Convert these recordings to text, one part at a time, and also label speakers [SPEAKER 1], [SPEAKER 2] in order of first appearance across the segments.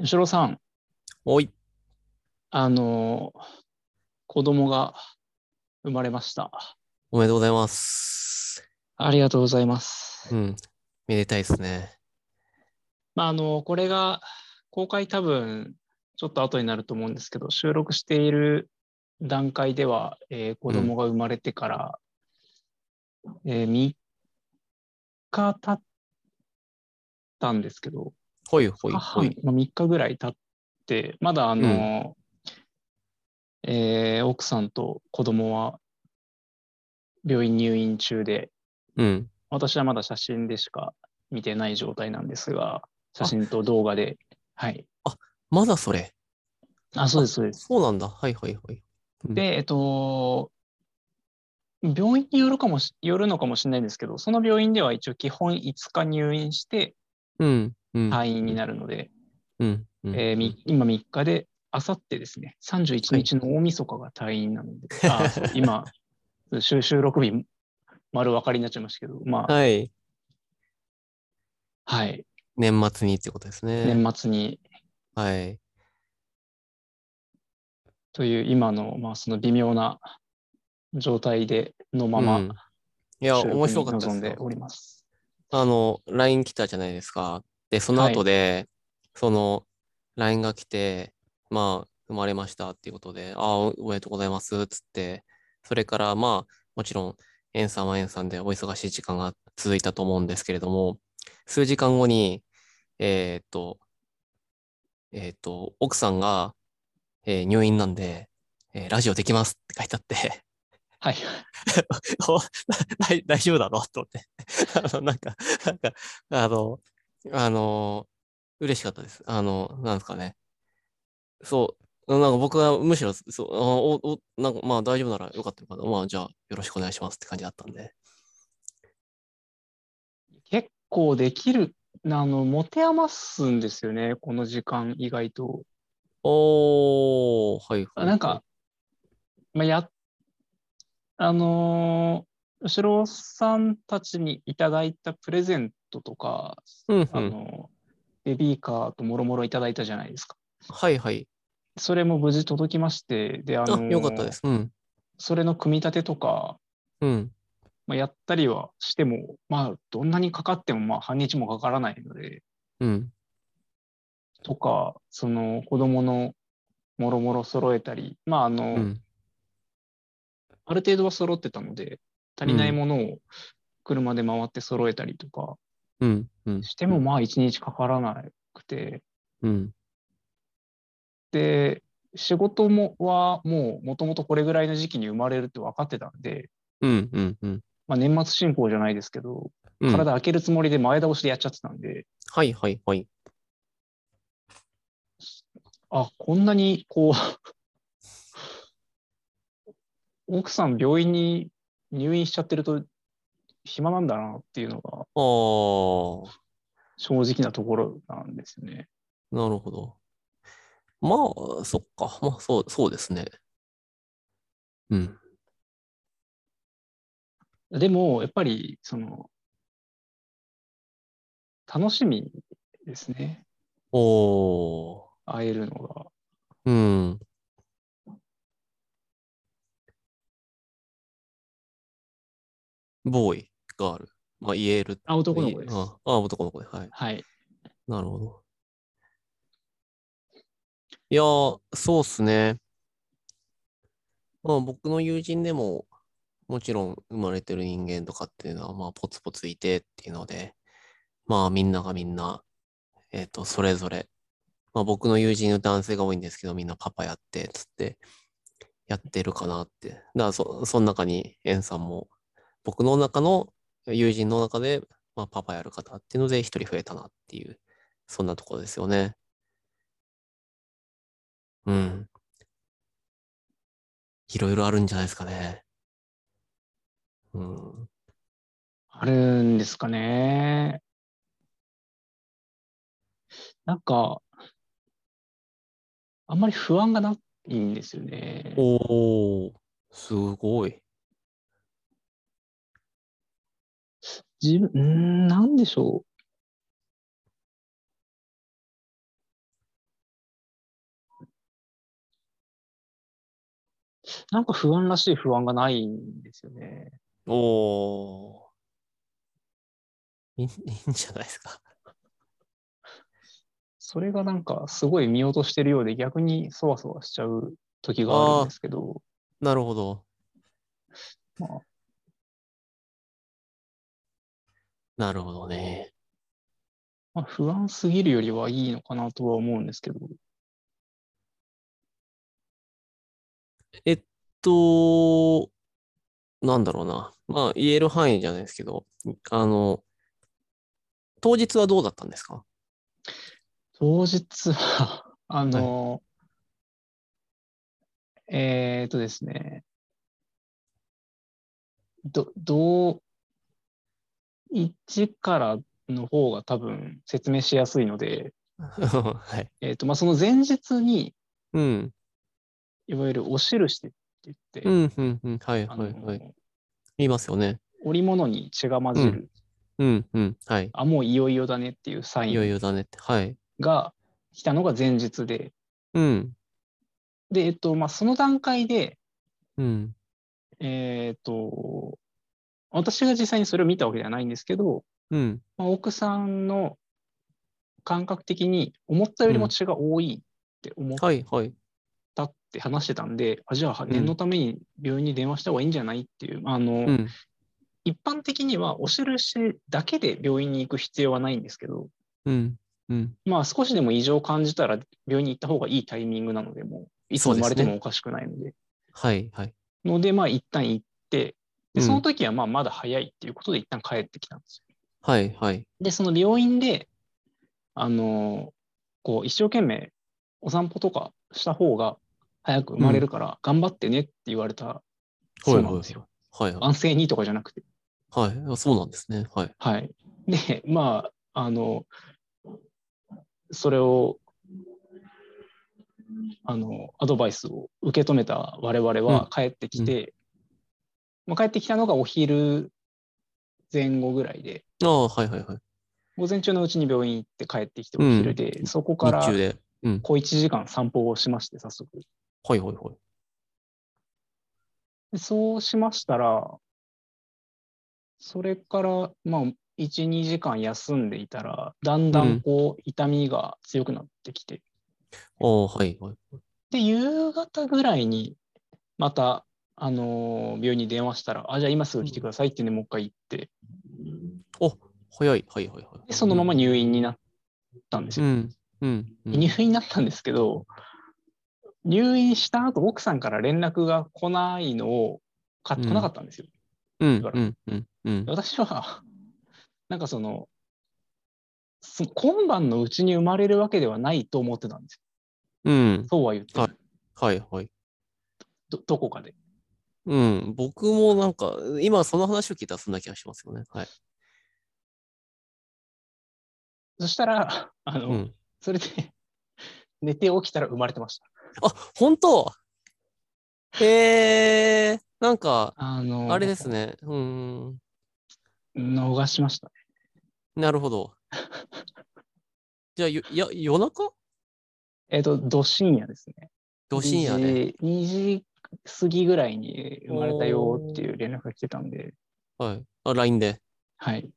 [SPEAKER 1] 吉郎さん、
[SPEAKER 2] おい。
[SPEAKER 1] あのー、子供が生まれました。
[SPEAKER 2] おめでとうございます。
[SPEAKER 1] ありがとうございます。
[SPEAKER 2] うん。めでたいですね。
[SPEAKER 1] まあ、あの、これが公開多分、ちょっと後になると思うんですけど、収録している段階では、えー子供が生まれてから、え3日経ったんですけど、
[SPEAKER 2] ほいほい
[SPEAKER 1] 母
[SPEAKER 2] ほ
[SPEAKER 1] の
[SPEAKER 2] い。
[SPEAKER 1] まあ3日ぐらい経って、まだあの、えー奥さんと子供は病院入院中で、
[SPEAKER 2] うん。
[SPEAKER 1] 私はまだ写真でしか見てない状態なんですが、写真と動画で、はい。
[SPEAKER 2] まだそれ。
[SPEAKER 1] あ、そうです、そうです。
[SPEAKER 2] そうなんだ。はいはいはい。
[SPEAKER 1] で、えっと、病院によるかもしよるのかもしれないんですけど、その病院では一応基本5日入院して
[SPEAKER 2] うん。うん。
[SPEAKER 1] 退院になるので、
[SPEAKER 2] うん。うん
[SPEAKER 1] えーみ今3日で、あさってですね、31日の大晦日が退院なので、あーそう今、収収録日、丸分かりになっちゃいましたけど、まあ、
[SPEAKER 2] はい。
[SPEAKER 1] はい、
[SPEAKER 2] 年末にってことですね。
[SPEAKER 1] 年末に
[SPEAKER 2] はい。
[SPEAKER 1] という今の、まあ、その微妙な状態でのまま、
[SPEAKER 2] うんいや、
[SPEAKER 1] 収録に
[SPEAKER 2] 面白かったで
[SPEAKER 1] 臨
[SPEAKER 2] す
[SPEAKER 1] んでお
[SPEAKER 2] よ。
[SPEAKER 1] ります。
[SPEAKER 2] あの、LINE 来たじゃないですか。で、その後で、その、LINE が来て、まあ、生まれましたっていうことで、ああ、おおめでとうございます、つって、それから、まあ、もちろん、エンさんはエンさんでお忙しい時間が続いたと思うんですけれども、数時間後に、えーっと、えーっと、奥さんが、えー入院なんで、えーラジオできますって書いてあって、
[SPEAKER 1] はい、
[SPEAKER 2] お 大大丈夫だろうと思って。 あの、なんか、なんか、あの、あの、嬉しかったです。あの、なんですかね。そう、なんか僕はむしろ、そう、あお、お、なんかまあ大丈夫ならよかったのかな。まあじゃあよろしくお願いしますって感じだったんで。
[SPEAKER 1] 結構できる、あの持て余すんですよね、この時間、意外と。
[SPEAKER 2] おー、はい、
[SPEAKER 1] あなんか、、まあ、や、あのー、後ろさんたちにいただいたプレゼントとか、
[SPEAKER 2] うん、う
[SPEAKER 1] あ
[SPEAKER 2] ん。
[SPEAKER 1] のベビーカーともろもろいただいたじゃないですか。
[SPEAKER 2] はい、はい。
[SPEAKER 1] それも無事届きまして、で、あ
[SPEAKER 2] あ、
[SPEAKER 1] のー
[SPEAKER 2] よかったです。うん、
[SPEAKER 1] それの組み立てとか、
[SPEAKER 2] うん。
[SPEAKER 1] まあ、やったりはしても、まあ、どんなにかかっても、まあ、半日もかからないので、
[SPEAKER 2] うん、
[SPEAKER 1] とか、その子供のもろもろ揃えたり、まあ、あの、
[SPEAKER 2] うん、
[SPEAKER 1] ある程度は揃ってたので、足りないものを車で回って揃えたりとか
[SPEAKER 2] うん、うん、
[SPEAKER 1] しても、まあ一日かからなくて、
[SPEAKER 2] うん、
[SPEAKER 1] で、仕事もはもうもともとこれぐらいの時期に生まれるって分かってたんで、
[SPEAKER 2] うん、うん、うん。
[SPEAKER 1] まあ、年末進行じゃないですけど、
[SPEAKER 2] うん
[SPEAKER 1] 体開けるつもりで前倒しでやっちゃってたんで、
[SPEAKER 2] はい、はい、はい。
[SPEAKER 1] あ、こんなにこう、 奥さん病院に入院しちゃってると暇なんだなっていうのが
[SPEAKER 2] あー。
[SPEAKER 1] 正直なところなんですよね。
[SPEAKER 2] なるほど。まあ、そっか。まあ、そう、そうですね。うん。
[SPEAKER 1] でも、やっぱり、その、楽しみですね。
[SPEAKER 2] おー。
[SPEAKER 1] 会えるのが。
[SPEAKER 2] うん。ボーイ、ガール。まあ、言える。
[SPEAKER 1] あ、男の子です。
[SPEAKER 2] ああ、男の子で。はい。
[SPEAKER 1] はい。
[SPEAKER 2] なるほど。いやー、そうっすね。まあ僕の友人でも、もちろん生まれてる人間とかっていうのは、まあポツポツいてっていうので、まあみんながみんな、えっと、それぞれ、まあ僕の友人の男性が多いんですけど、みんなパパやって、つって、やってるかなって。だからそ、その中に、エンさんも、僕の中の友人の中で、まあパパやる方っていうので、一人増えたなっていうそんなところですよね。うん。いろいろあるんじゃないですかね。うん。
[SPEAKER 1] あるんですかね。なんか、あんまり不安がないんですよね。
[SPEAKER 2] おお、すごい。
[SPEAKER 1] 自分、うーんなんでしょう。なんか不安らしい不安がないんですよね。
[SPEAKER 2] おー。いいいいんじゃないですか。
[SPEAKER 1] それがなんかすごい見落としてるようで逆にそわそわしちゃう時があるんですけど、
[SPEAKER 2] なるほど。
[SPEAKER 1] まあ
[SPEAKER 2] なるほどね。
[SPEAKER 1] まあ、不安すぎるよりはいいのかなとは思うんですけど、
[SPEAKER 2] えっと、なんだろうな。まあ、言える範囲じゃないですけど、あの、当日はどうだったんですか
[SPEAKER 1] 当日は、あの、えーっとですね、ど、どう、1からの方が多分説明しやすいので、
[SPEAKER 2] はい。
[SPEAKER 1] えーっと、まあ、その前日に、
[SPEAKER 2] うん。
[SPEAKER 1] いわゆるお印って言って、
[SPEAKER 2] うん、うん、うん。はい、
[SPEAKER 1] あ
[SPEAKER 2] は
[SPEAKER 1] の
[SPEAKER 2] い、はい。言いますよね。
[SPEAKER 1] 織物に血が混じる、
[SPEAKER 2] うん、うん。はい。
[SPEAKER 1] あ、もういよいよだねっていうサイ
[SPEAKER 2] いよい
[SPEAKER 1] ン
[SPEAKER 2] よだねって。はい。
[SPEAKER 1] が来たのが前日で、
[SPEAKER 2] うん。
[SPEAKER 1] で、えっと、まあ、その段階で、
[SPEAKER 2] うん。
[SPEAKER 1] えっ、と、私が実際にそれを見たわけではないんですけど、
[SPEAKER 2] うん。
[SPEAKER 1] まあ、奥さんの感覚的に思ったよりも血が多いって思っ
[SPEAKER 2] はい、はい。
[SPEAKER 1] たって話してたんで、あじゃあ
[SPEAKER 2] ん
[SPEAKER 1] 念のために病院に電話した方がいいんじゃないっていう、あの、
[SPEAKER 2] うん。
[SPEAKER 1] 一般的にはお印だけで病院に行く必要はないんですけど、
[SPEAKER 2] うん。うん。
[SPEAKER 1] まあ少しでも異常を感じたら病院に行った方がいいタイミングなので、もういつ
[SPEAKER 2] そう
[SPEAKER 1] 生
[SPEAKER 2] ですね
[SPEAKER 1] まれてもおかしくないので。
[SPEAKER 2] はい、はい。
[SPEAKER 1] ので、まあ一旦行って、で
[SPEAKER 2] うん
[SPEAKER 1] その時はまあまだ早いっていうことで一旦帰ってきたんですよ
[SPEAKER 2] はい、はい。
[SPEAKER 1] で、その病院で、あの、こう、一生懸命お散歩とかした方が早く生まれるから、頑張ってねって言われたそうなんですよ。
[SPEAKER 2] はい、はい。
[SPEAKER 1] 安静にとかじゃなくて。
[SPEAKER 2] はい。あそうなんですね。はい。
[SPEAKER 1] はい。で、まあ、あの、それを、あの、アドバイスを受け止めた我々は帰ってきて、まあ、帰ってきたのがお昼前後ぐらいで、
[SPEAKER 2] ああ、はい、はい、はい。
[SPEAKER 1] 午前中のうちに病院行って帰ってきてお昼で、そこから
[SPEAKER 2] 日中で。うん。
[SPEAKER 1] 小1時間散歩をしまして、早速。
[SPEAKER 2] はい、はい、はい。
[SPEAKER 1] でそうしましたら、それから、まあ、1、2時間休んでいたら、だんだんこう、痛みが強くなってきて、
[SPEAKER 2] ああ、はい、はい。
[SPEAKER 1] で、夕方ぐらいに、また、あのー病院に電話したら、あ、じゃあ今すぐ来てくださいってね、もう一回行って、
[SPEAKER 2] 早い、はい、はい、はい。
[SPEAKER 1] で、そのまま入院になったんです
[SPEAKER 2] う
[SPEAKER 1] よ。
[SPEAKER 2] ん。うん。うん
[SPEAKER 1] 入院になったんですけど、入院した後、奥さんから連絡が来ないのを、か
[SPEAKER 2] うん
[SPEAKER 1] 来なかったんですよ。
[SPEAKER 2] う
[SPEAKER 1] だ
[SPEAKER 2] ん
[SPEAKER 1] か
[SPEAKER 2] う
[SPEAKER 1] ら
[SPEAKER 2] んうんうん
[SPEAKER 1] 私は、なんかその、そ今晩のうちに生まれるわけではないと思ってたんですよ。
[SPEAKER 2] うん
[SPEAKER 1] そうは言っても、
[SPEAKER 2] はいはいはい。
[SPEAKER 1] どどこかで。
[SPEAKER 2] うん。僕もなんか、今その話を聞いたらそんな気がしますよね。はい。
[SPEAKER 1] そしたら、あの、
[SPEAKER 2] うん、
[SPEAKER 1] それで寝て起きたら生まれてました。
[SPEAKER 2] あ、本当へえ、なんか、
[SPEAKER 1] あの、
[SPEAKER 2] あれです。ね。うん。
[SPEAKER 1] 逃しましたね。
[SPEAKER 2] なるほど。 じゃあ、よや夜中
[SPEAKER 1] えっ、と、ど深夜ですね。
[SPEAKER 2] ど深夜で。
[SPEAKER 1] 2時。2時過ぎぐらいに生まれたよっていう連絡が来てたんで、
[SPEAKER 2] はい。あ、LINE で。
[SPEAKER 1] はい。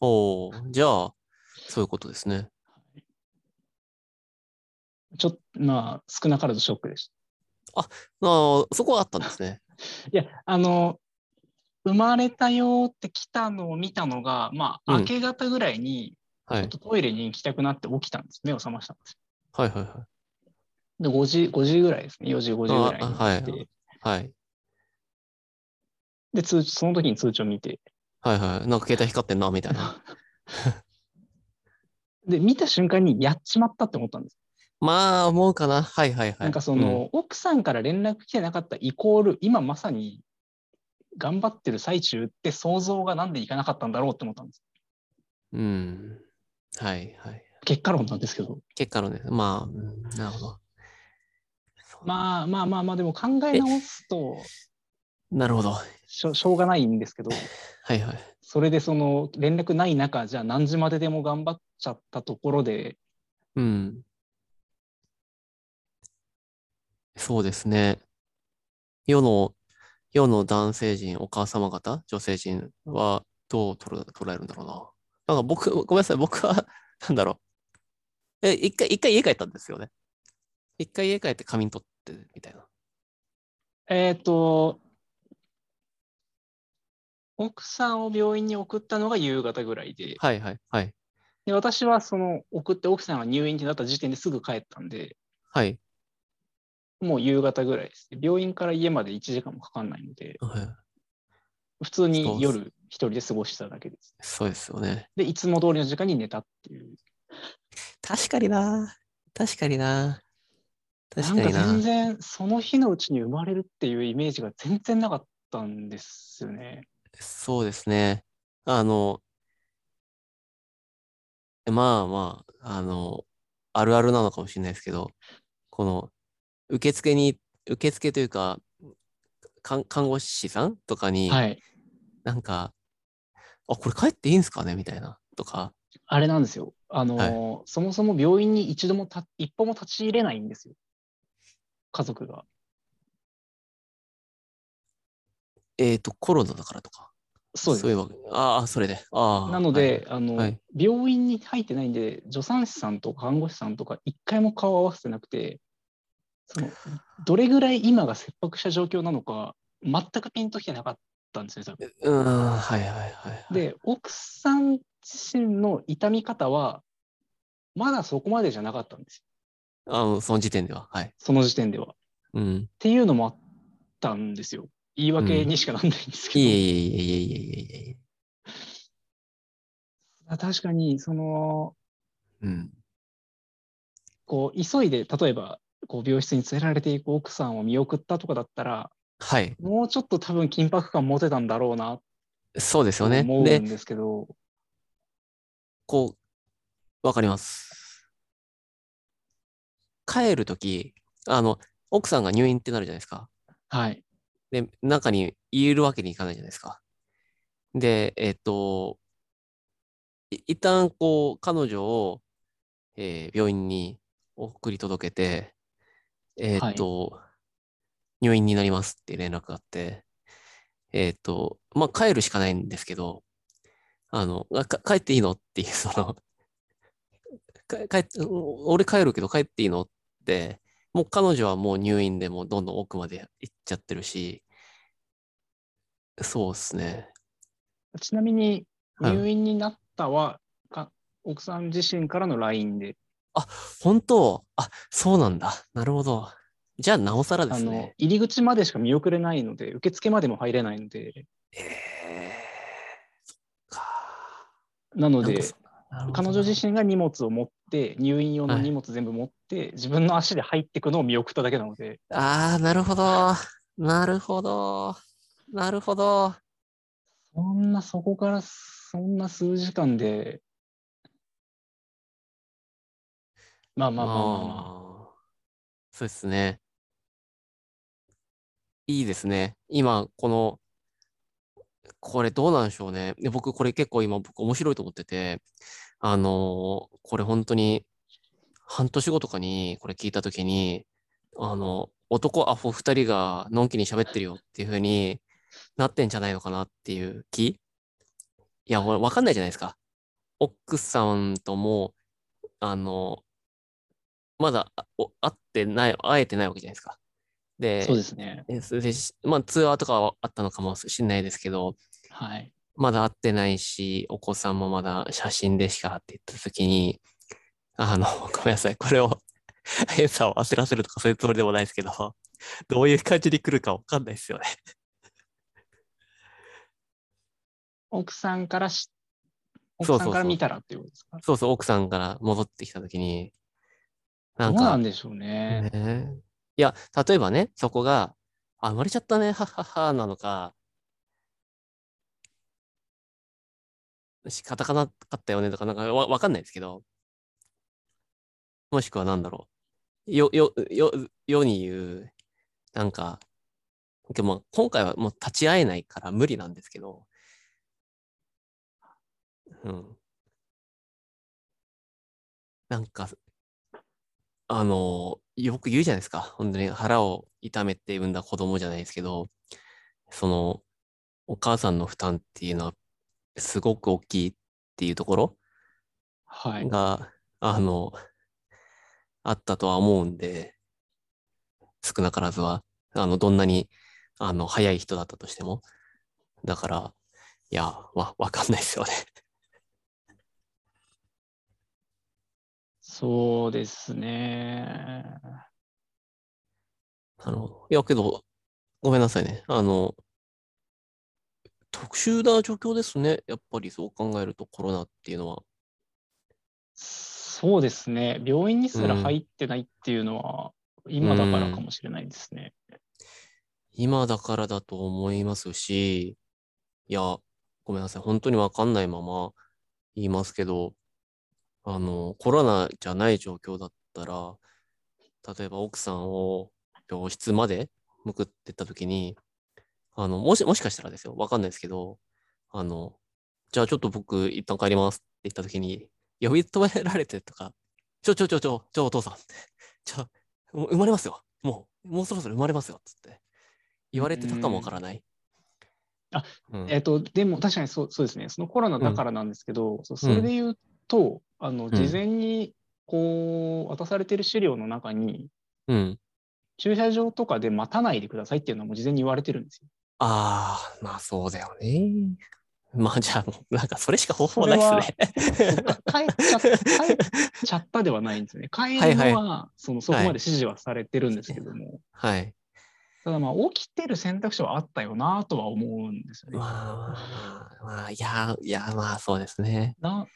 [SPEAKER 2] おおじゃあ、そういうことですね。
[SPEAKER 1] ちょっと、まあ、少なからずショックでし
[SPEAKER 2] ああ、そこはあったんですね。
[SPEAKER 1] た。いや、あの、生まれたよって来たのを見たのが、まあ、
[SPEAKER 2] うん
[SPEAKER 1] 明け方ぐらいに、
[SPEAKER 2] は
[SPEAKER 1] ちょ
[SPEAKER 2] い
[SPEAKER 1] っ。とトイレに行きたくなって起きたんです。目を覚ましたんです
[SPEAKER 2] はいはいは
[SPEAKER 1] よ。で、5時、5時ぐらいですね。4時、5時ぐらいに
[SPEAKER 2] あはい
[SPEAKER 1] 行って、
[SPEAKER 2] い。はい。
[SPEAKER 1] で、通知、その時に通知を見て、
[SPEAKER 2] はいはい。なんか携帯光ってんな、みたいな。
[SPEAKER 1] で、見た瞬間にやっちまったって思ったんです。
[SPEAKER 2] まあ、思うかな。はいはいはい。
[SPEAKER 1] なんかその、奥さんから連絡来てなかったイコール、今まさに頑張ってる最中って想像がなんでいかなかったんだろうって思ったんです。
[SPEAKER 2] うん、うん。はいはい。
[SPEAKER 1] 結果論なんですけど。
[SPEAKER 2] 結果のね、まあ、うんなるほど。
[SPEAKER 1] まあまあまあまあ、でも考え直すと
[SPEAKER 2] なるほど。は
[SPEAKER 1] しょしょうがないんですけど、
[SPEAKER 2] いはい。
[SPEAKER 1] それでその連絡ない中、じゃあ何時まででも頑張っちゃったところで、
[SPEAKER 2] うん。そうですね。世の、世の男性陣、お母様方、女性陣はどう捉え捉えるんだろうな。なんか僕、ごめんなさい、僕は、 なんだろう。え、一回、一回家帰ったんですよね。一回家帰って仮眠取って、みたいな。
[SPEAKER 1] えっ、と、奥さんを病院に送ったのが夕方ぐらいで、
[SPEAKER 2] はいはいはい。
[SPEAKER 1] で私はその送って奥さんが入院になった時点ですぐ帰ったんで、
[SPEAKER 2] はい。
[SPEAKER 1] もう夕方ぐらいです。病院から家まで1時間もかかんないので、
[SPEAKER 2] はい
[SPEAKER 1] 普通
[SPEAKER 2] そうっ
[SPEAKER 1] に
[SPEAKER 2] す
[SPEAKER 1] 夜一人で過ごしただけです。
[SPEAKER 2] そうですよね。
[SPEAKER 1] で、いつも通りの時間に寝たっていう。
[SPEAKER 2] 確かにな。確かにな。確
[SPEAKER 1] なん
[SPEAKER 2] か
[SPEAKER 1] か
[SPEAKER 2] にな。
[SPEAKER 1] 全然その日のうちに生まれるっていうイメージが全然なかったんですよね。
[SPEAKER 2] そうですね。あの、まあまあ、あの、あるあるなのかもしれないですけど、この、受付に、受付というか、看看護師さんとかに、
[SPEAKER 1] はい。
[SPEAKER 2] なんか、あ、これ帰っていいんですかねみたいな、とか、
[SPEAKER 1] あれなんですよ。あのーそもそも病院に一度もた一歩も立ち入れないんですよ。家族が。
[SPEAKER 2] えっ、と、コロナだからとか、
[SPEAKER 1] そうです。
[SPEAKER 2] いえば、ああ、それで、ああ。
[SPEAKER 1] なので、あの、
[SPEAKER 2] はい
[SPEAKER 1] 病院に入ってないんで、助産師さんとか看護師さんとか、一回も顔を合わせてなくて、そのどれぐらい今が切迫した状況なのか、全くピンときてなかったんですね、多分。
[SPEAKER 2] はい、うーん、はいはいはい。、
[SPEAKER 1] で、奥さん自身の痛み方は、まだそこまでじゃなかったんですよ、
[SPEAKER 2] あの、その時点では、はい。
[SPEAKER 1] その時点では。っ
[SPEAKER 2] うん。
[SPEAKER 1] ていうのもあったんですよ。言い訳にしかなんないんですけ
[SPEAKER 2] い
[SPEAKER 1] ど。
[SPEAKER 2] えいえいえいえいえいえいえ。
[SPEAKER 1] 確かに、その、
[SPEAKER 2] うん。
[SPEAKER 1] こう急いで例えばこう病室に連れられていく奥さんを見送ったとかだったら
[SPEAKER 2] はい、
[SPEAKER 1] もうちょっと多分緊迫感持てたんだろうな
[SPEAKER 2] そうです
[SPEAKER 1] と
[SPEAKER 2] よね。
[SPEAKER 1] 思うん
[SPEAKER 2] で、
[SPEAKER 1] ですけど、
[SPEAKER 2] こう、わかります。帰るとき、あの、奥さんが入院ってなるじゃないですか。
[SPEAKER 1] はい
[SPEAKER 2] で、中にいるわけにいかないじゃないですか。で、えっと、い一旦こう、彼女を、えー病院に送り届けて、えっと、入院になりますって連絡があって、えっと、まあ、帰るしかないんですけど、あの、あか帰っていいのっていう、その、か帰って俺帰るけど帰っていいのって、もう彼女はもう入院でもうどんどん奥まで行っちゃってるし、そうですね。
[SPEAKER 1] ちなみに
[SPEAKER 2] はい
[SPEAKER 1] 入院になったは、か奥さん自身からの LINE で
[SPEAKER 2] 本当あ、そうなんだ。なるほど。じゃあ、なおさらで
[SPEAKER 1] あ
[SPEAKER 2] す
[SPEAKER 1] の
[SPEAKER 2] ね。
[SPEAKER 1] 入り口までしか見送れないので受付までも入れないので
[SPEAKER 2] えー、そっか。
[SPEAKER 1] なの
[SPEAKER 2] なん
[SPEAKER 1] で
[SPEAKER 2] かそなるほど
[SPEAKER 1] 彼女自身が荷物を持って入院用の荷物全部持って、自分の足で入ってくのを見送っただけなので
[SPEAKER 2] ああ、なるほど。なるほど。なるほど。
[SPEAKER 1] そんなそこからそんな数時間で、まあまあまあまあまあ、
[SPEAKER 2] あーそうですね。いいですね。今、この、これどうなんでしょうね。で僕、これ結構今、僕面白いと思ってて、あのーこれ本当に、半年後とかにこれ聞いたときに、あの、男アホ二人がのんきに喋ってるよっていう風になってんじゃないのかなっていう気いや、ほらわかんないじゃないですか。奥さんとも、あの、まだあお会ってない、会えてないわけじゃないですか。で、
[SPEAKER 1] そうですね。
[SPEAKER 2] えそれでしまあ、ツアーとかはあったのかもしれないですけど、
[SPEAKER 1] はい。
[SPEAKER 2] まだ会ってないし、お子さんもまだ写真でしかって言ったときに、あの、 ごめんなさい、これを、 エンさんを焦らせるとかそういうつもりでもないですけど、どういう感じに来るかわかんないですよね。
[SPEAKER 1] 奥さんからし、奥
[SPEAKER 2] そうそう
[SPEAKER 1] さ
[SPEAKER 2] そうん
[SPEAKER 1] から見たらっていうことですか。
[SPEAKER 2] そうそう、奥さんから戻ってきたときに、な
[SPEAKER 1] ど
[SPEAKER 2] ん
[SPEAKER 1] うな
[SPEAKER 2] か
[SPEAKER 1] ん、でしょうね。
[SPEAKER 2] ねえいや、例えばね、そこが、あ、生まれちゃったね、はっはっは、なのか、仕方がなかったよねとか、なんかわわかんないですけど、もしくはなんだろう、よ、よ、よ、世に言う、なんか、でも今回はもう立ち会えないから無理なんですけど、うん。なんか、あの、よく言うじゃないですか。本当に腹を痛めて産んだ子供じゃないですけど、その、お母さんの負担っていうのは、すごく大きいっていうところ
[SPEAKER 1] はい。
[SPEAKER 2] が、あの、あったとは思うんで、少なからずは、あの、どんなに、あの、早い人だったとしても。だから、いや、わ、わかんないですよね。
[SPEAKER 1] そうですね。
[SPEAKER 2] なるほど。いや、けど、ごめんなさいね。あの、特殊な状況ですね。やっぱりそう考えるとコロナっていうのは。
[SPEAKER 1] そうですね。病院にすら
[SPEAKER 2] うん
[SPEAKER 1] 入ってないっていうのは、今だからかもしれないですね。
[SPEAKER 2] 今だからだと思いますし、いや、ごめんなさい。本当にわかんないまま言いますけど、あの、コロナじゃない状況だったら、例えば奥さんを病室まで送ってった時に、あの、もし、もしかしたらですよ。わかんないですけど、あの、じゃあちょっと僕一旦帰りますって言った時に、呼び止められてとか、ちょちょちょちょ、ちょお父さんって、ちょ、もう生まれますよ。もう、もうそろそろ生まれますよ。つって。言われてたかもわからない。
[SPEAKER 1] あ、
[SPEAKER 2] うん、
[SPEAKER 1] えっと、でも確かにそうそうですね。そのコロナだからなんですけど、そうそれで言うと、あの
[SPEAKER 2] ん
[SPEAKER 1] 事前にこう渡されてる資料の中に、
[SPEAKER 2] うん。
[SPEAKER 1] 駐車場とかで待たないでくださいっていうのはもう事前に言われてるんです よ。
[SPEAKER 2] ああ、まあそうだよね。まあじゃあ、もうなんかそれしか方法はないです ね。
[SPEAKER 1] そっか帰っちゃった帰っちゃったではないんですよね。帰るのは、そのそこまで指示はされてるんですけども、
[SPEAKER 2] はい。
[SPEAKER 1] ただまあ起きてる選択肢はあったよなとは思うんですよね。
[SPEAKER 2] まあ、まあ、まあ、いや、いや、まあそうですね。
[SPEAKER 1] な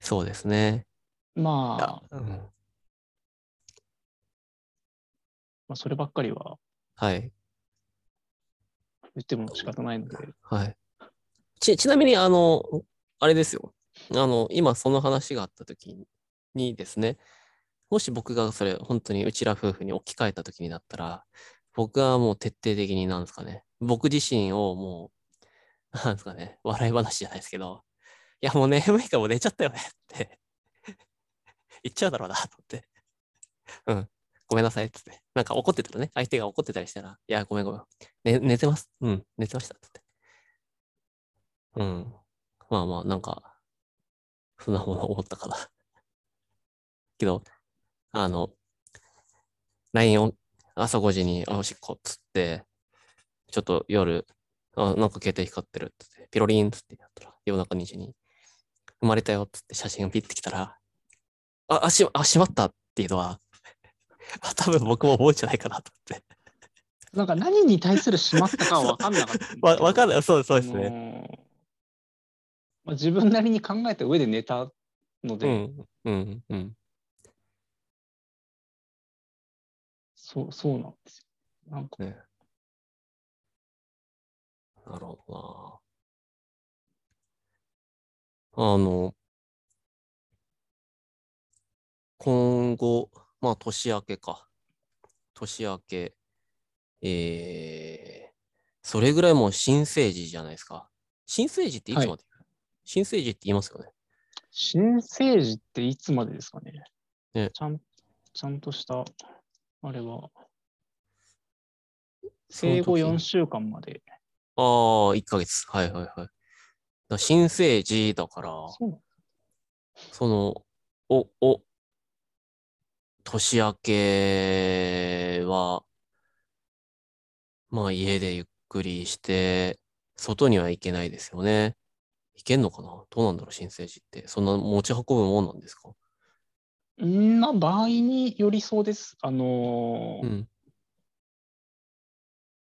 [SPEAKER 2] そうですね。いや
[SPEAKER 1] まあ、
[SPEAKER 2] うん、
[SPEAKER 1] まあ、そればっかりは
[SPEAKER 2] はい。
[SPEAKER 1] 言っても仕方ないので。
[SPEAKER 2] はい。ち、ちなみに、あの、あれですよ。あの、今その話があった時にですね、もし僕がそれ、本当にうちら夫婦に置き換えた時になったら、僕はもう徹底的になんですかね、僕自身をもう、なんですかね、笑い話じゃないですけど、いやもう眠いからもう寝ちゃったよねって 言っちゃうだろうなと思って。うん。ごめんなさいっつって。なんか怒ってたらね、相手が怒ってたりしたら、いや、ごめんごめん。ね、寝てます。うん、寝てましたっつって。うん。まあまあ、なんか、そんなもの思ったから。 けど、あの、LINE を朝5時にあおしっこっつって、ちょっと夜、あ、なんか携帯光ってるっつって、ピロリンっつってやったら、夜中2時に、生まれたよっつって写真をピッてきたら、あ、あ、し、あ、しまったっていうのは、 あ多分僕も思うんじゃないかなと思って。
[SPEAKER 1] なんか何に対するしまったかは分かんなかったんですけど。
[SPEAKER 2] わ、わかんない。そうそう
[SPEAKER 1] あ
[SPEAKER 2] ですね。
[SPEAKER 1] のーまあ、自分なりに考えた上で寝たの
[SPEAKER 2] う
[SPEAKER 1] で、
[SPEAKER 2] ん、うん、うん。
[SPEAKER 1] そうそうなんですよ。なんか
[SPEAKER 2] ね。なるほどな。あの、今後、まあ年明けか。年明け、えー、それぐらいもう新生児じゃないですか。新生児っていつま
[SPEAKER 1] は
[SPEAKER 2] で
[SPEAKER 1] い
[SPEAKER 2] 言う、新生児って言いますよね。
[SPEAKER 1] 新生児っていつまでですかね
[SPEAKER 2] ね
[SPEAKER 1] ちゃんちゃんとした、あれは、
[SPEAKER 2] その時
[SPEAKER 1] 生後
[SPEAKER 2] に
[SPEAKER 1] 4週間まで。
[SPEAKER 2] ああ、1ヶ月。はいはいはい。だから新生児だから、
[SPEAKER 1] そう
[SPEAKER 2] その、お、お、年明けは、まあ家でゆっくりして、外には行けないですよね。行けんのかなどうなんだろう、新生児って。そんな持ち運ぶもんなんですか
[SPEAKER 1] んな場合によりそうです。あの
[SPEAKER 2] う
[SPEAKER 1] ー
[SPEAKER 2] ん。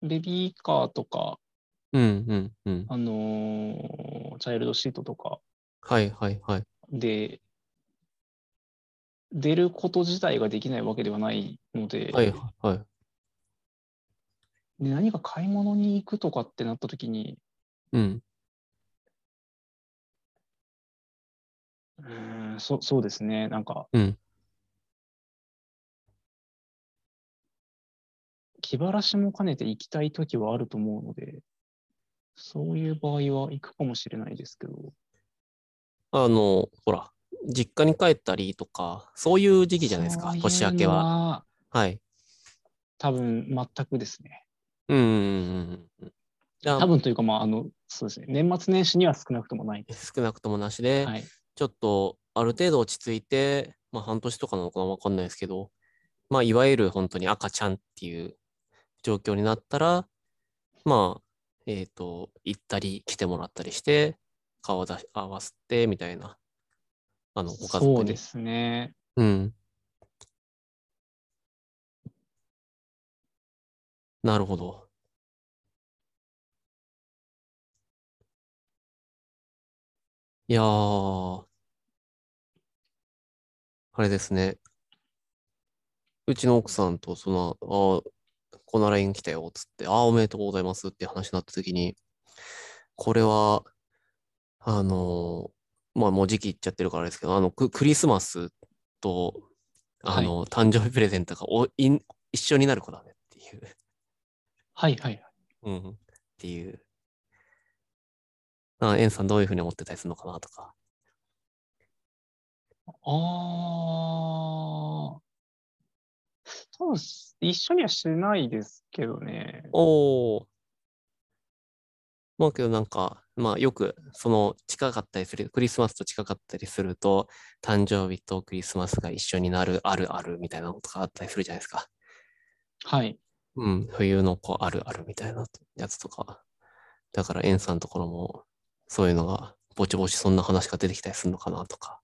[SPEAKER 1] ベビーカーとか、
[SPEAKER 2] うん、うん、うん。
[SPEAKER 1] あのーチャイルドシートとか
[SPEAKER 2] はい、はい、はい。
[SPEAKER 1] で、出ること自体ができないわけではないので、
[SPEAKER 2] はい、はい。
[SPEAKER 1] で何か買い物に行くとかってなった時に、
[SPEAKER 2] うん。
[SPEAKER 1] うーんそそうですね、なんか、
[SPEAKER 2] うん
[SPEAKER 1] 気晴らしも兼ねて行きたい時はあると思うので、そういう場合は行くかもしれないですけど、
[SPEAKER 2] あの、ほら、実家に帰ったりとか、そういう時期じゃないですか、
[SPEAKER 1] そうう
[SPEAKER 2] 年明け
[SPEAKER 1] の
[SPEAKER 2] は。はい。
[SPEAKER 1] 多分全くですね。
[SPEAKER 2] うんうんうんうん。じゃあ
[SPEAKER 1] 多分というか、まあ、あの、そうですね。年末年始には少なくともない。
[SPEAKER 2] 少なくともなしで、
[SPEAKER 1] はい。
[SPEAKER 2] ちょっとある程度落ち着いて、まあ半年とかなのかなわかんないですけど、まあいわゆる本当に赤ちゃんっていう状況になったら、まあ、えっ、と、行ったり来てもらったりして、顔を出し合わせてみたいな、あの、ご家族に。
[SPEAKER 1] そうですね。
[SPEAKER 2] うん。なるほど。いやー、あれですね。うちの奥さんと、その、あーこの LINE 来たよ、つって、あーおめでとうございますって話になった時に、これは、あのーまあ、もう時期いっちゃってるからですけど、あの、ク、クリスマスと、あの、誕生日プレゼントがおいん一緒になる子だねっていう。
[SPEAKER 1] はいはいはい。
[SPEAKER 2] うん。っていう。あ、エンさんどういうふうに思ってたりするのかなとか。
[SPEAKER 1] ああ。多分一緒にはしてないですけどね。
[SPEAKER 2] おお。まあけどなんか、まあよく、その近かったりする、クリスマスと近かったりすると、誕生日とクリスマスが一緒になるあるあるみたいなのとかあったりするじゃないですか。
[SPEAKER 1] はい。
[SPEAKER 2] うん、冬の子あるあるみたいなやつとか。だから、エンさんのところも、そういうのが、ぼちぼちそんな話が出てきたりするのかなとか。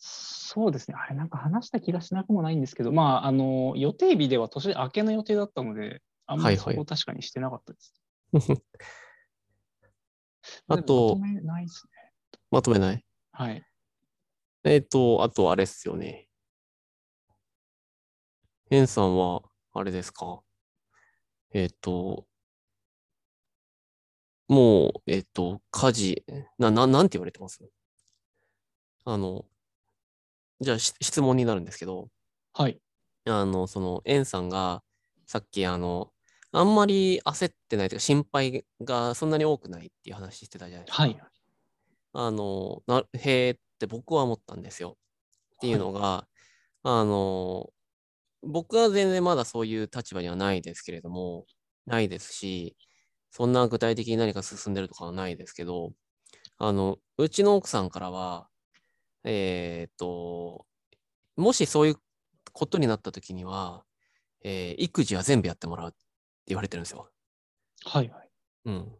[SPEAKER 1] そうですね。あれ、なんか話した気がしなくもないんですけど、まあ、あの、予定日では年明けの予定だったので、あんま
[SPEAKER 2] はい
[SPEAKER 1] り
[SPEAKER 2] は
[SPEAKER 1] そ
[SPEAKER 2] い
[SPEAKER 1] こを確かにしてなかった です。
[SPEAKER 2] あと
[SPEAKER 1] でもまとめないですね。
[SPEAKER 2] まとめない
[SPEAKER 1] はい。
[SPEAKER 2] えっ、と、あとあれっすよね。エンさんは、あれですかえっ、と、もう、えっ、と、家事、な、な、なんて言われてますあの、じゃあし質問になるんですけど、
[SPEAKER 1] はい。
[SPEAKER 2] あの、その、エンさんが、さっき、あの、あんまり焦ってないというか、心配がそんなに多くないっていう話してたじゃないですか。
[SPEAKER 1] はい。
[SPEAKER 2] あの、なへーって僕は思ったんですよ。っていうのが、あの、僕は全然まだそういう立場にはないですけれども、ないですし、そんな具体的に何か進んでるとかはないですけど、あの、うちの奥さんからは、えーっと、もしそういうことになった時には、えー育児は全部やってもらうって言われてるんですよ。
[SPEAKER 1] はい。はい。
[SPEAKER 2] うん。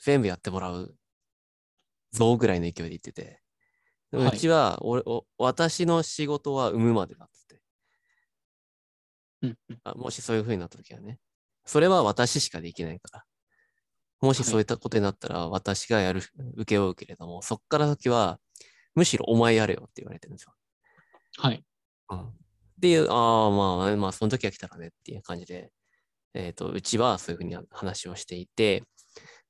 [SPEAKER 2] 全部やってもらうぞぐらいの勢いで言ってて。でも
[SPEAKER 1] は
[SPEAKER 2] う
[SPEAKER 1] い
[SPEAKER 2] ちは、俺お私の仕事は産むまでだっつって
[SPEAKER 1] うんうん。
[SPEAKER 2] あ。もしそういう風になった時はね。それは私しかできないから。もし
[SPEAKER 1] はい
[SPEAKER 2] そういったことになったら、私がやる、受け負うけれども、そっから先は、むしろお前やれよって言われてるんですよ。
[SPEAKER 1] はい。
[SPEAKER 2] っていう、ああ、まあ、まあ、その時が来たらねっていう感じで、えっ、と、うちはそういうふうに話をしていて、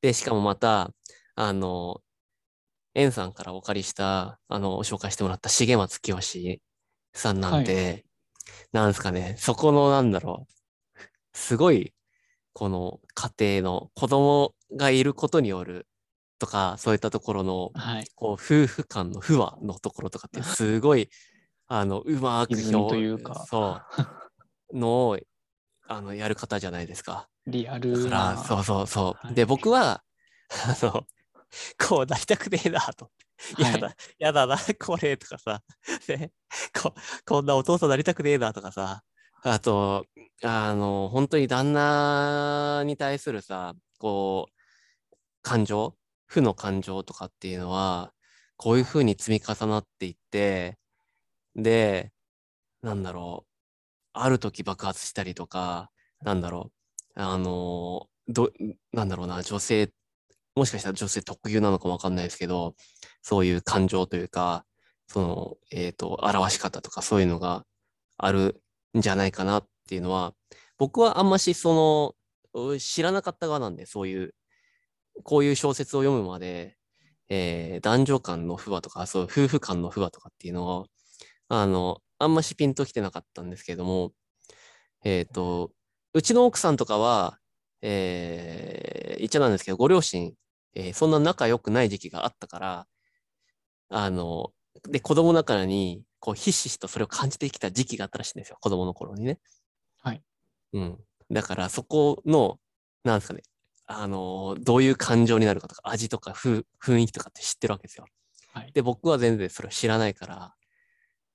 [SPEAKER 2] で、しかもまた、あの、エンさんからお借りした、あの、紹介してもらった重松清さんなんて、なんですかね、そこの、なんだろう、すごい、この家庭の子供がいることによるとか、そういったところの、
[SPEAKER 1] はい。
[SPEAKER 2] こう夫婦間の不和のところと かってすごいあのうまく
[SPEAKER 1] 歪みというか
[SPEAKER 2] そうのをあのやる方じゃないですか。
[SPEAKER 1] リア
[SPEAKER 2] だ
[SPEAKER 1] ル
[SPEAKER 2] から
[SPEAKER 1] な。
[SPEAKER 2] そうそうそう。
[SPEAKER 1] はい
[SPEAKER 2] で僕はあのこうなりたくねえなと。
[SPEAKER 1] は
[SPEAKER 2] や
[SPEAKER 1] い
[SPEAKER 2] だ、やだな、 これとかさ、ねこ、こんなお父さんなりたくねえなとかさ、あと、あの、本当に旦那に対するさ、こう、感情、負の感情とかっていうのは、こういうふうに積み重なっていって、で、なんだろう、ある時爆発したりとか、なんだろう、あの、ど、なんだろうな、女性、もしかしたら女性特有なのかもわかんないですけど、そういう感情というか、その、えっ、と、表し方とかそういうのがあるんじゃないかなっていうのは、僕はあんましその、う知らなかった側なんで、そういう、こういう小説を読むまで、えー男女間の不和とか、そう、夫婦間の不和とかっていうのを、あの、あんましピンときてなかったんですけれども、えっ、と、うちの奥さんとかは、えー言っちゃなんですけど、ご両親、えーそんな仲良くない時期があったから、あの、で、子供だからに、こう、ひしひしとそれを感じてきた時期があったらしいんですよ、子供の頃にね。
[SPEAKER 1] はい。
[SPEAKER 2] うん。だから、そこの、なんですかね、あの、どういう感情になるかとか、味とか、ふ雰囲気とかって知ってるわけですよ。
[SPEAKER 1] はい
[SPEAKER 2] で、僕は全然それを知らないから、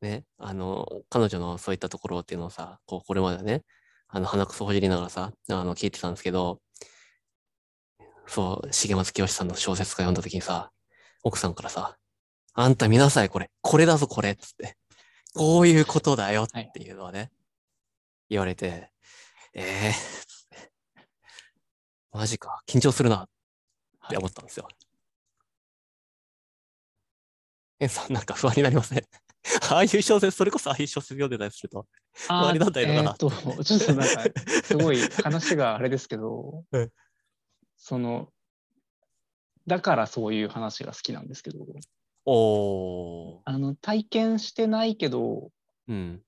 [SPEAKER 2] ね、あの、彼女のそういったところっていうのをさ、こう、これまでね、あの、鼻くそほじりながらさ、あの、聞いてたんですけど、そう、重松清さんの小説家読んだ時にさ、奥さんからさ、あんた見なさい、これ。これだぞ、これ。つって。こういうことだよっていうのはね、言われて、えー、つってマジか、緊張するなって思ったんですよ。え、さ ん、なんか不安になりませんああいう小説、それこそああいう小説読んでたりすると。
[SPEAKER 1] あ
[SPEAKER 2] 割りだったらいいのかな
[SPEAKER 1] えーっと、ちょっとなん か、すごい話があれですけど
[SPEAKER 2] うん、
[SPEAKER 1] その、だからそういう話が好きなんですけど、
[SPEAKER 2] おー。
[SPEAKER 1] あの、体験してないけど、
[SPEAKER 2] うん。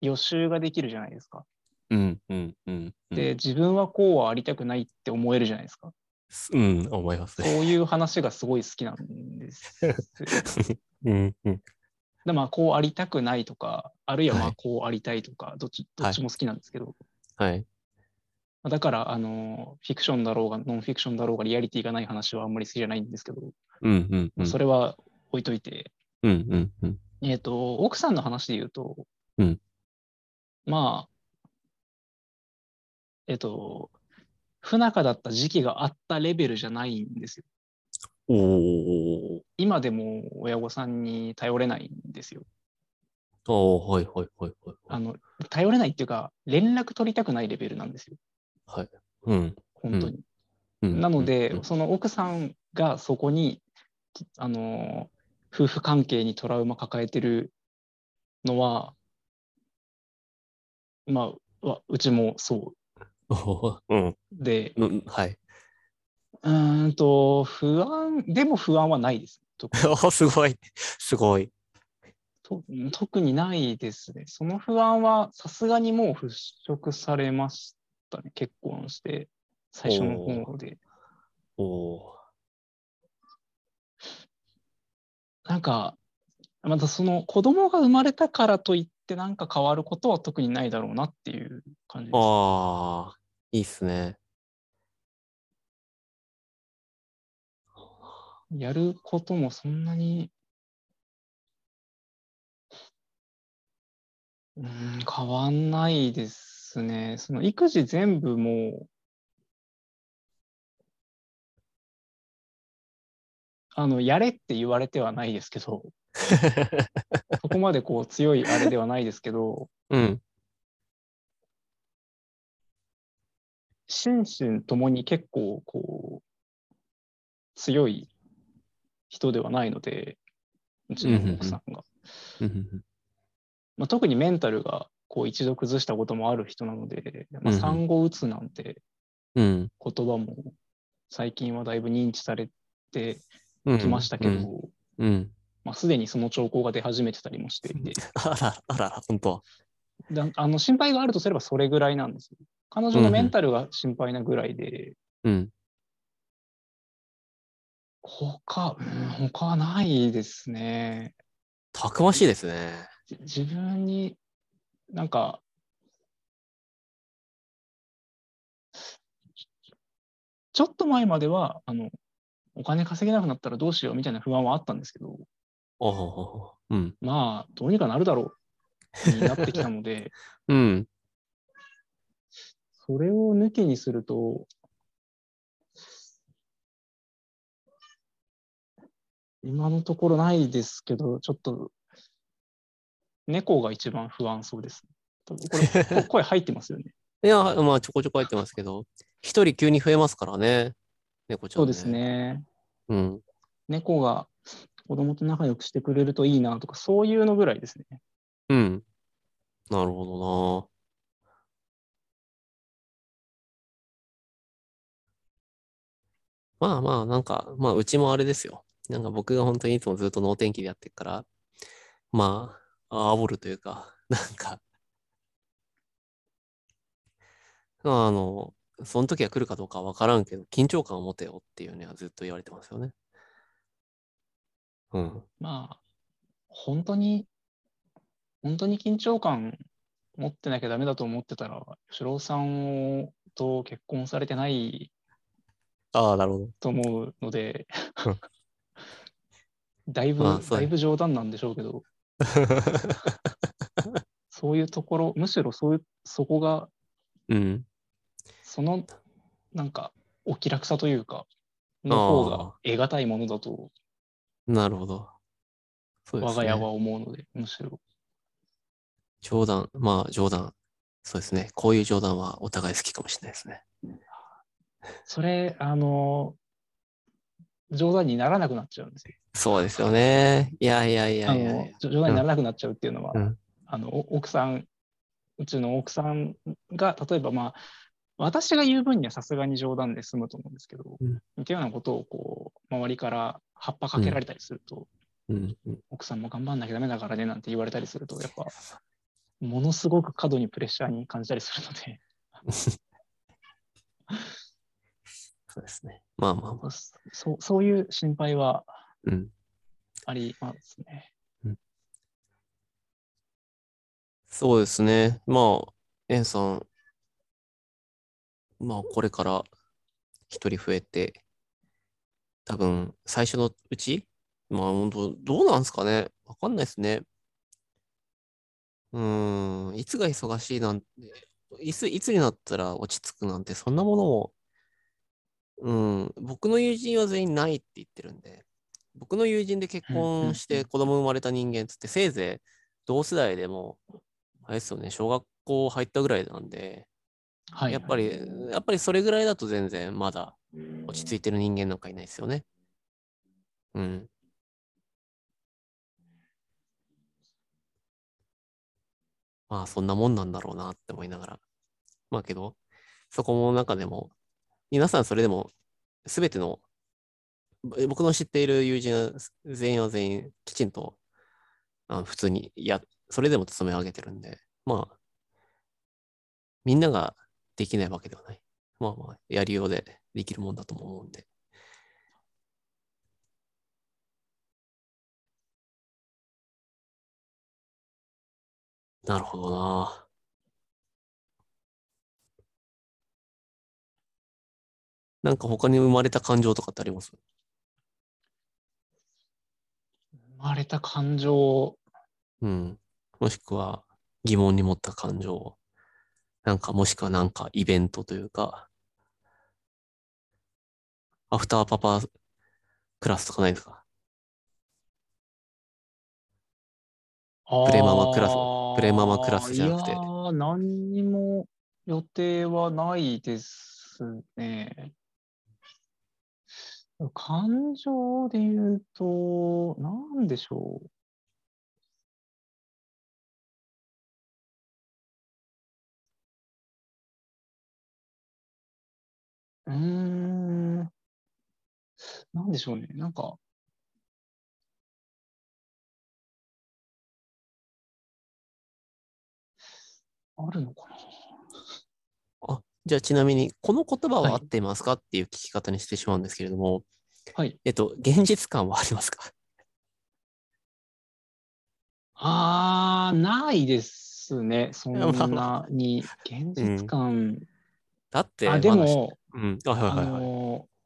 [SPEAKER 1] 予習ができるじゃないですか。
[SPEAKER 2] うん、うん、うん。うん
[SPEAKER 1] で、、自分はこうはありたくないって思えるじゃないですか。
[SPEAKER 2] うん、思います
[SPEAKER 1] そう
[SPEAKER 2] ね。
[SPEAKER 1] いう話がすごい好きなんです。
[SPEAKER 2] うん、うん。
[SPEAKER 1] でまあ、こうありたくないとか、あるいはま
[SPEAKER 2] は
[SPEAKER 1] あ
[SPEAKER 2] い
[SPEAKER 1] こうありたいとか、どっちどっちも好きなんですけど、
[SPEAKER 2] はい。
[SPEAKER 1] まあだから、あの、フィクションだろうが、ノンフィクションだろうが、リアリティがない話はあんまり好きじゃないんですけど、
[SPEAKER 2] うん、うん、うん。
[SPEAKER 1] それは置いといて、
[SPEAKER 2] うん、うん、うん。
[SPEAKER 1] えっ、と、奥さんの話で言うと、
[SPEAKER 2] うん
[SPEAKER 1] まあ、えっ、と、不仲だった時期があったレベルじゃないんですよ。
[SPEAKER 2] おー。
[SPEAKER 1] 今でも親御さんに頼れないんですよ。
[SPEAKER 2] おー、はい、はい、はい、はい。
[SPEAKER 1] あの、頼れないっていうか、連絡取りたくないレベルなんですよ。
[SPEAKER 2] うん。
[SPEAKER 1] 本当に。
[SPEAKER 2] うん
[SPEAKER 1] なので、
[SPEAKER 2] うん
[SPEAKER 1] その奥さんがそこに、きあの、夫婦関係にトラウマ抱えてるのは、まあ、わうちもそう
[SPEAKER 2] おー
[SPEAKER 1] で、
[SPEAKER 2] うん。 うん、はい。
[SPEAKER 1] うーんと、不安、でも不安はないです。と
[SPEAKER 2] おー、すごい。すごい。
[SPEAKER 1] と特にないですね。その不安はさすがにもう払拭されましたね。結婚して、最初の方で。
[SPEAKER 2] おー。
[SPEAKER 1] なんか、またその子供が生まれたからといってなんか変わることは特にないだろうなっていう感じです。
[SPEAKER 2] ああ、いいっすね。
[SPEAKER 1] やることもそんなに、うーん、変わんないですね。その育児全部もう、あの、やれって言われてはないですけど、そこまでこう強いあれではないですけど、
[SPEAKER 2] うん。
[SPEAKER 1] 心身ともに結構こう強い人ではないのでうちの奥さんが、
[SPEAKER 2] うん
[SPEAKER 1] まあ、特にメンタルがこう一度崩したこともある人なので、ま
[SPEAKER 2] うん
[SPEAKER 1] あ、
[SPEAKER 2] うん
[SPEAKER 1] 産後うつなんて
[SPEAKER 2] うん。
[SPEAKER 1] 言葉も最近はだいぶ認知されて
[SPEAKER 2] うん。
[SPEAKER 1] きましたけど、
[SPEAKER 2] うん。うん。
[SPEAKER 1] まあ、すでにその兆候が出始めてたりもしていて
[SPEAKER 2] あら、あら、本当。
[SPEAKER 1] だあの心配があるとすればそれぐらいなんですよ彼女のメンタルが心配なぐらいで、
[SPEAKER 2] うん。
[SPEAKER 1] 他、うん、他はないですね。
[SPEAKER 2] たくましいですね。
[SPEAKER 1] じ自分になんかちょっと前まではあのお金稼げなくなったらどうしようみたいな不安はあったんですけど
[SPEAKER 2] おお。うん。
[SPEAKER 1] まあどうにかなるだろうになってきたので
[SPEAKER 2] うん。
[SPEAKER 1] それを抜きにすると今のところないですけどちょっと猫が一番不安そうです。多分これこ声入ってますよね。
[SPEAKER 2] いや、まあ、ちょこちょこ入ってますけど、一人急に増えますからね。猫ちゃん、
[SPEAKER 1] そうです。ね。
[SPEAKER 2] うん。
[SPEAKER 1] 猫が子供と仲良くしてくれるといいなとか、そういうのぐらいですね。
[SPEAKER 2] うん。なるほどな。まあまあ、なんか、まあ、うちもあれですよ。なんか僕が本当にいつもずっと能天気でやってるから、まあ、煽ると いうか、なんか、あの、その時は来るかどうかは分からんけど、緊張感を持てよっていうね、ずっと言われてますよね。うん。
[SPEAKER 1] まあ、本当に、本当に緊張感持ってなきゃダメだと思ってたら、吉郎さんをと結婚されてない
[SPEAKER 2] ああ、なるほど。
[SPEAKER 1] と思うの で、だいぶ、
[SPEAKER 2] まあそう
[SPEAKER 1] だいぶ冗談なんでしょうけど、そういうところ、むしろそういう、そこが、
[SPEAKER 2] うん。
[SPEAKER 1] その、なんか、お気楽さというか、の方
[SPEAKER 2] あ
[SPEAKER 1] が得難いものだと、
[SPEAKER 2] なるほど。そうで
[SPEAKER 1] 我
[SPEAKER 2] す
[SPEAKER 1] が
[SPEAKER 2] ね。
[SPEAKER 1] 家は思うので、むしろ。
[SPEAKER 2] 冗談、まあ冗談。そうですね。こういう冗談はお互い好きかもしれないですね。
[SPEAKER 1] それ、あの、冗談にならなくなっちゃうんですよ。
[SPEAKER 2] そうですよね。いやいやいや
[SPEAKER 1] あ
[SPEAKER 2] いやい
[SPEAKER 1] の
[SPEAKER 2] や。
[SPEAKER 1] じょ冗談にならなくなっちゃうっていうのは、
[SPEAKER 2] うん
[SPEAKER 1] あのお奥さんうちの奥さんが例えばまあ私が言う分にはさすがに冗談で済むと思うんですけど、
[SPEAKER 2] うん
[SPEAKER 1] 似たようなことをこう周りから葉っぱかけられたりすると、
[SPEAKER 2] うんうん。
[SPEAKER 1] 奥さんも頑張んなきゃダメだからねなんて言われたりするとやっぱものすごく過度にプレッシャーに感じたりするので
[SPEAKER 2] そうですね。まあまあまあ。
[SPEAKER 1] そうそういう心配は
[SPEAKER 2] うん。
[SPEAKER 1] ありますね。
[SPEAKER 2] そうですね。まあ、エンさん、まあ、これから一人増えて、多分、最初のうちまあ、本当どうなんですかねわかんないですね。うーん、いつが忙しいなんて、いつ、いつになったら落ち着くなんて、そんなものも、うん、僕の友人は全員ないって言ってるんで、僕の友人で結婚し
[SPEAKER 1] うんうん
[SPEAKER 2] て子供生まれた人間っつって、せいぜい同世代でも、あれですよね、小学校入ったぐらいなんで、
[SPEAKER 1] はい、
[SPEAKER 2] やっぱり、やっぱりそれぐらいだと全然まだ落ち着いてる人間なんかいないですよね。うん。まあそんなもんなんだろうなって思いながら。まあけど、そこの中でも、皆さんそれでも、すべての、ぼ僕の知っている友人は全員は全員きちんと、あ普通に、いや、それでも勤め上げてるんで、まあ、みんなができないわけではない。まあまあ、やりようでできるもんだとも思うんで。なるほどな。なんか他に生まれた感情とかってあります
[SPEAKER 1] 生まれた感情
[SPEAKER 2] うん。もしくは疑問に持った感情。なんかもしくはなんかイベントというか、アフターパパクラスとかないですか
[SPEAKER 1] プ
[SPEAKER 2] レママクラスプレママクラスじゃなくて
[SPEAKER 1] いやー何にも予定はないですね。感情で言うと、なんでしょう。うーん。なんでしょうね。なんか、あるのかな。
[SPEAKER 2] じゃあちなみに、この言葉
[SPEAKER 1] はい
[SPEAKER 2] は合っていますかっていう聞き方にしてしまうんですけれども、
[SPEAKER 1] はい。
[SPEAKER 2] えっと、現実感はありますか
[SPEAKER 1] あー、ないですね。そん
[SPEAKER 2] まあ
[SPEAKER 1] なに。現実感。
[SPEAKER 2] だって、
[SPEAKER 1] あ、で
[SPEAKER 2] まだし
[SPEAKER 1] も、
[SPEAKER 2] うん、あ、はい
[SPEAKER 1] あ
[SPEAKER 2] はいはい。
[SPEAKER 1] のー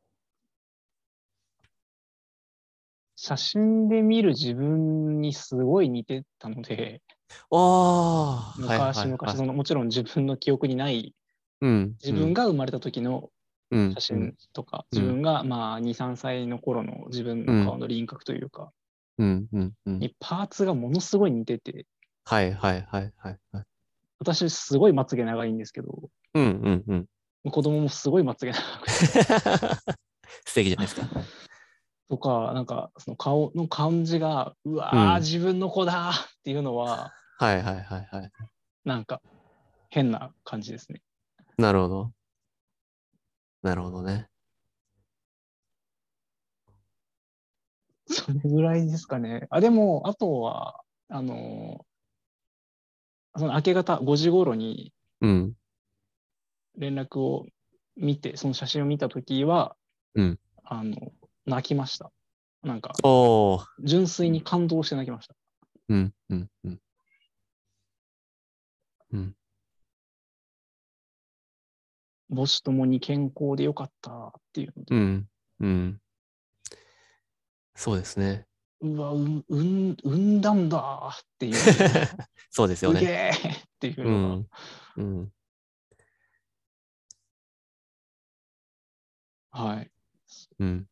[SPEAKER 1] 写真で見る自分にすごい似てたので、
[SPEAKER 2] ああ、はいはい
[SPEAKER 1] 昔
[SPEAKER 2] はい
[SPEAKER 1] 々、そのもちろん自分の記憶にない、
[SPEAKER 2] うん、
[SPEAKER 1] 自分が生まれた時の
[SPEAKER 2] うん、
[SPEAKER 1] 写
[SPEAKER 2] うん
[SPEAKER 1] 真とか、
[SPEAKER 2] うん
[SPEAKER 1] 自分がまあ2、3歳の頃の自分の顔の輪郭というか、
[SPEAKER 2] うん、うん、うん。
[SPEAKER 1] にパーツがものすごい似てて、
[SPEAKER 2] はいはいはいはいはい。
[SPEAKER 1] 私すごいまつげ長いんですけど、
[SPEAKER 2] うん、うん、うん。
[SPEAKER 1] 子供もすごいまつげ長くて
[SPEAKER 2] 素敵じゃないですか。
[SPEAKER 1] とか、なんかその顔の感じが、うわー、
[SPEAKER 2] うん
[SPEAKER 1] 自分の子だーっていうのは、
[SPEAKER 2] はいはいはいはい。
[SPEAKER 1] なんか変な感じですね。
[SPEAKER 2] なるほど。なるほどね。
[SPEAKER 1] それぐらいですかね。あ、でも、あとは、あのーその明け方5時頃に
[SPEAKER 2] うん。
[SPEAKER 1] 連絡を見て、その写真を見たときは、
[SPEAKER 2] うん
[SPEAKER 1] あの、泣きました。なんか、
[SPEAKER 2] おー
[SPEAKER 1] 純粋に感動して泣きました。
[SPEAKER 2] うん、うん、うん。うん、
[SPEAKER 1] 母子ともに健康でよかったっていうので、
[SPEAKER 2] うん、うん。そうですね。
[SPEAKER 1] うわ、うん、うん、産んだんだっていう、す
[SPEAKER 2] そうですよ
[SPEAKER 1] げ
[SPEAKER 2] ね。
[SPEAKER 1] えっていう
[SPEAKER 2] う
[SPEAKER 1] のが、
[SPEAKER 2] ん、うん、
[SPEAKER 1] はい。
[SPEAKER 2] うん。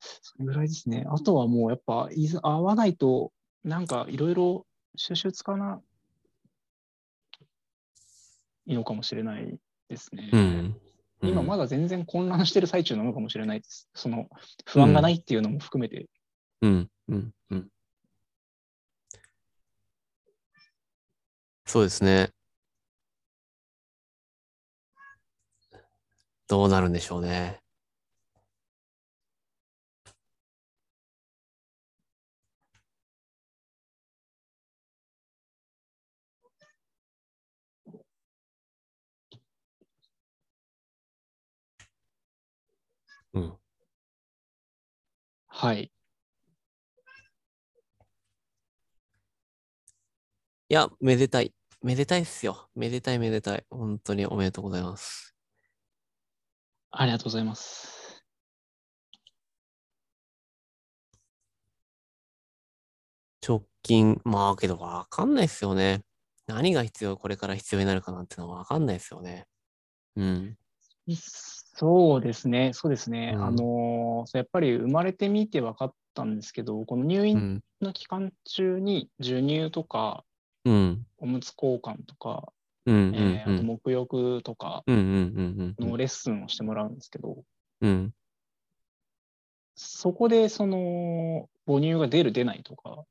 [SPEAKER 1] それぐらいですね。あとはもうやっぱ、いざ会わないと、なんかいろいろ収集つかないのかもしれないですね。
[SPEAKER 2] うん。
[SPEAKER 1] 今ま
[SPEAKER 2] だ、
[SPEAKER 1] だ全然混乱してる最中なのかもしれないです。その不安がないっていうのも含めて。
[SPEAKER 2] うん、うん、うん。そうですね。どうなるんでしょうね。うん。
[SPEAKER 1] はい。
[SPEAKER 2] いや、めでたい。めでたいっすよ。めでたいめでたい。本当におめでとうございます。
[SPEAKER 1] ありがとうございます。
[SPEAKER 2] 直近、まあけどわかんないっすよね。何が必要、これから必要になるかなんてのはわかんないっすよね。うん。
[SPEAKER 1] そうですね。そうですね。
[SPEAKER 2] うん
[SPEAKER 1] あのーやっぱり生まれてみて分かったんですけど、この入
[SPEAKER 2] う
[SPEAKER 1] 院
[SPEAKER 2] ん。
[SPEAKER 1] の期間中に授乳とか、
[SPEAKER 2] うん。
[SPEAKER 1] おむつ交換とか、
[SPEAKER 2] うん。うん。
[SPEAKER 1] え
[SPEAKER 2] う
[SPEAKER 1] ーあと
[SPEAKER 2] ん。
[SPEAKER 1] 沐浴とか
[SPEAKER 2] うん。うん。うん。
[SPEAKER 1] のレッスンをしてもらうんですけど、
[SPEAKER 2] うん。
[SPEAKER 1] そこでその母乳が出る出ないとか、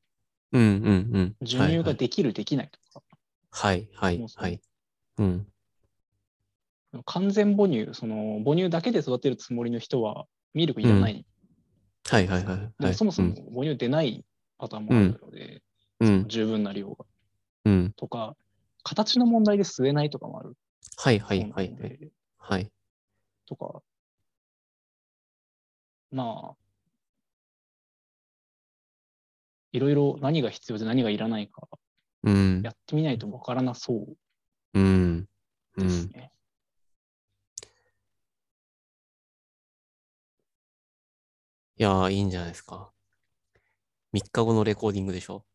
[SPEAKER 2] うん。うん。うん。
[SPEAKER 1] 授乳
[SPEAKER 2] は
[SPEAKER 1] が
[SPEAKER 2] い
[SPEAKER 1] できるできないとか、
[SPEAKER 2] はい。はい。
[SPEAKER 1] もう
[SPEAKER 2] はい。
[SPEAKER 1] その
[SPEAKER 2] はい。うん。
[SPEAKER 1] 完全母乳、その母乳だけで育てるつもりの人はミルクいらない。
[SPEAKER 2] はい。はい。はい。
[SPEAKER 1] で
[SPEAKER 2] は
[SPEAKER 1] も
[SPEAKER 2] い。
[SPEAKER 1] そもそも母乳出ないパターンもあるので、
[SPEAKER 2] うん。う
[SPEAKER 1] その
[SPEAKER 2] ん。
[SPEAKER 1] 十分な量が
[SPEAKER 2] うん。
[SPEAKER 1] とか、形の問題で吸えないとかもある
[SPEAKER 2] はい。
[SPEAKER 1] と
[SPEAKER 2] は
[SPEAKER 1] 思。
[SPEAKER 2] いう
[SPEAKER 1] の
[SPEAKER 2] は
[SPEAKER 1] で、
[SPEAKER 2] い。はい。はい。
[SPEAKER 1] とか、まあ、いろいろ何が必要で何がいらないか、
[SPEAKER 2] うん
[SPEAKER 1] や。ってみないとわからなそう
[SPEAKER 2] うん。う
[SPEAKER 1] です
[SPEAKER 2] ん。
[SPEAKER 1] ね。
[SPEAKER 2] いやー、いいんじゃないですか。3日後のレコーディングでしょ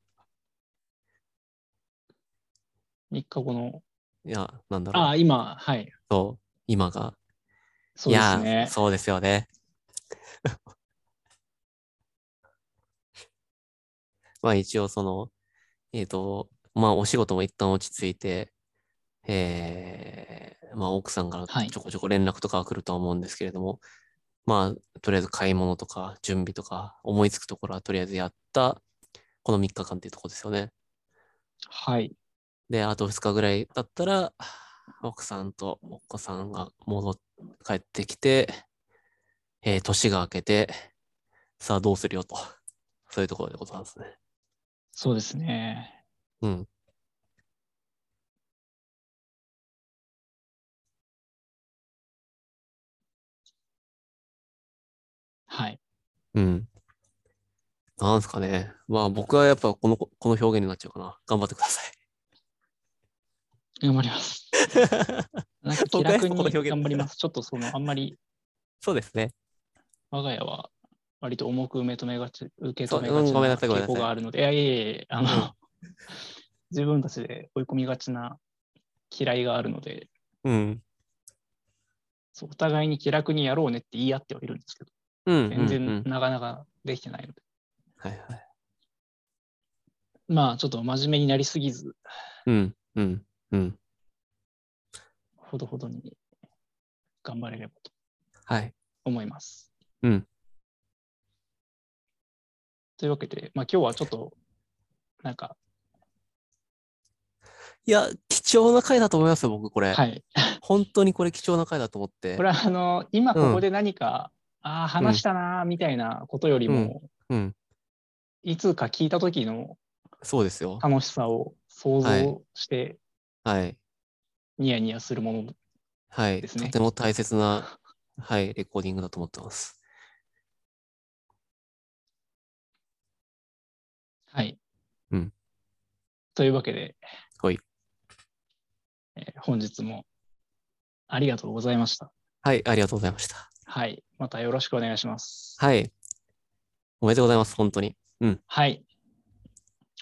[SPEAKER 1] 3日後の、
[SPEAKER 2] いや、なんだろう。
[SPEAKER 1] ああ、今、はい、
[SPEAKER 2] そう、今が。
[SPEAKER 1] そうです
[SPEAKER 2] いや
[SPEAKER 1] ね
[SPEAKER 2] ー、。そうですよね。 まあ一応その、えっ、と、まあお仕事も一旦落ち着いて、えー、まあ奥さんから
[SPEAKER 1] はい
[SPEAKER 2] ちょこちょこ連絡とかは来るとは思うんですけれども、まあとりあえず買い物とか準備とか思いつくところはとりあえずやった、この3日間っていうところですよね。
[SPEAKER 1] はい、
[SPEAKER 2] で、あと2日ぐらいだったら、奥さんとお子さんが戻っ、帰ってきて、えー年が明けて、さあどうするよと。そういうところでございますね。
[SPEAKER 1] そうですね。
[SPEAKER 2] うん。
[SPEAKER 1] はい。
[SPEAKER 2] うん。なんですかね。まあ僕はやっぱこの、この表現になっちゃうかな。頑張ってください。
[SPEAKER 1] 頑張ります。なんか気
[SPEAKER 2] 僕は
[SPEAKER 1] 楽
[SPEAKER 2] そこの表
[SPEAKER 1] に
[SPEAKER 2] 現
[SPEAKER 1] 頑張ります。ちょっとその、あんまり
[SPEAKER 2] そうですね。
[SPEAKER 1] 我が家は割と重く受け止めがち、受け
[SPEAKER 2] そ
[SPEAKER 1] 止
[SPEAKER 2] う
[SPEAKER 1] めが
[SPEAKER 2] うん
[SPEAKER 1] ち
[SPEAKER 2] ごめん
[SPEAKER 1] な
[SPEAKER 2] なさいごめん
[SPEAKER 1] 傾
[SPEAKER 2] なさい
[SPEAKER 1] 向があるので、いやいやいやいや、あの、 自分たちで追い込みがちな嫌いがあるので、
[SPEAKER 2] うん。
[SPEAKER 1] そうお互いに気楽にやろうねって言い合ってはいるんですけど、
[SPEAKER 2] うんうん。
[SPEAKER 1] 全
[SPEAKER 2] う
[SPEAKER 1] 然
[SPEAKER 2] ん
[SPEAKER 1] なかなかできてないので、
[SPEAKER 2] はいはい。
[SPEAKER 1] まあちょっと真面目になりすぎず、
[SPEAKER 2] うん。うん。うん。
[SPEAKER 1] ほどほどに頑張れればと
[SPEAKER 2] はい。
[SPEAKER 1] 思います。
[SPEAKER 2] うん。
[SPEAKER 1] というわけで、まあ今日はちょっと、なんか、
[SPEAKER 2] いや、貴重な回だと思いますよ、僕これ。
[SPEAKER 1] はい、
[SPEAKER 2] 本当にこれ貴重な回だと思って
[SPEAKER 1] こ。れはあの今ここで何か、ああ話したなーみたいなことよりも、
[SPEAKER 2] うん。
[SPEAKER 1] いつか聞いた時の
[SPEAKER 2] そうですよ。
[SPEAKER 1] 楽しさを想
[SPEAKER 2] はい
[SPEAKER 1] 像して
[SPEAKER 2] はい。
[SPEAKER 1] ニヤニヤするもの
[SPEAKER 2] はい。
[SPEAKER 1] ですね
[SPEAKER 2] とても大切な、はい、レコーディングだと思ってます。
[SPEAKER 1] はい。
[SPEAKER 2] うん
[SPEAKER 1] というわけで、
[SPEAKER 2] はい
[SPEAKER 1] えー本日もありがとうございました。
[SPEAKER 2] はい、ありがとうございました。
[SPEAKER 1] はい。またよろしくお願いします。
[SPEAKER 2] はい。おめでとうございます、本当に。
[SPEAKER 1] はい。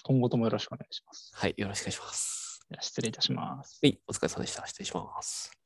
[SPEAKER 1] 今後ともよろしくお願いします。
[SPEAKER 2] はい、よろしくお願いします。
[SPEAKER 1] では失礼いたします。
[SPEAKER 2] はい、お疲れ様でした。失礼します。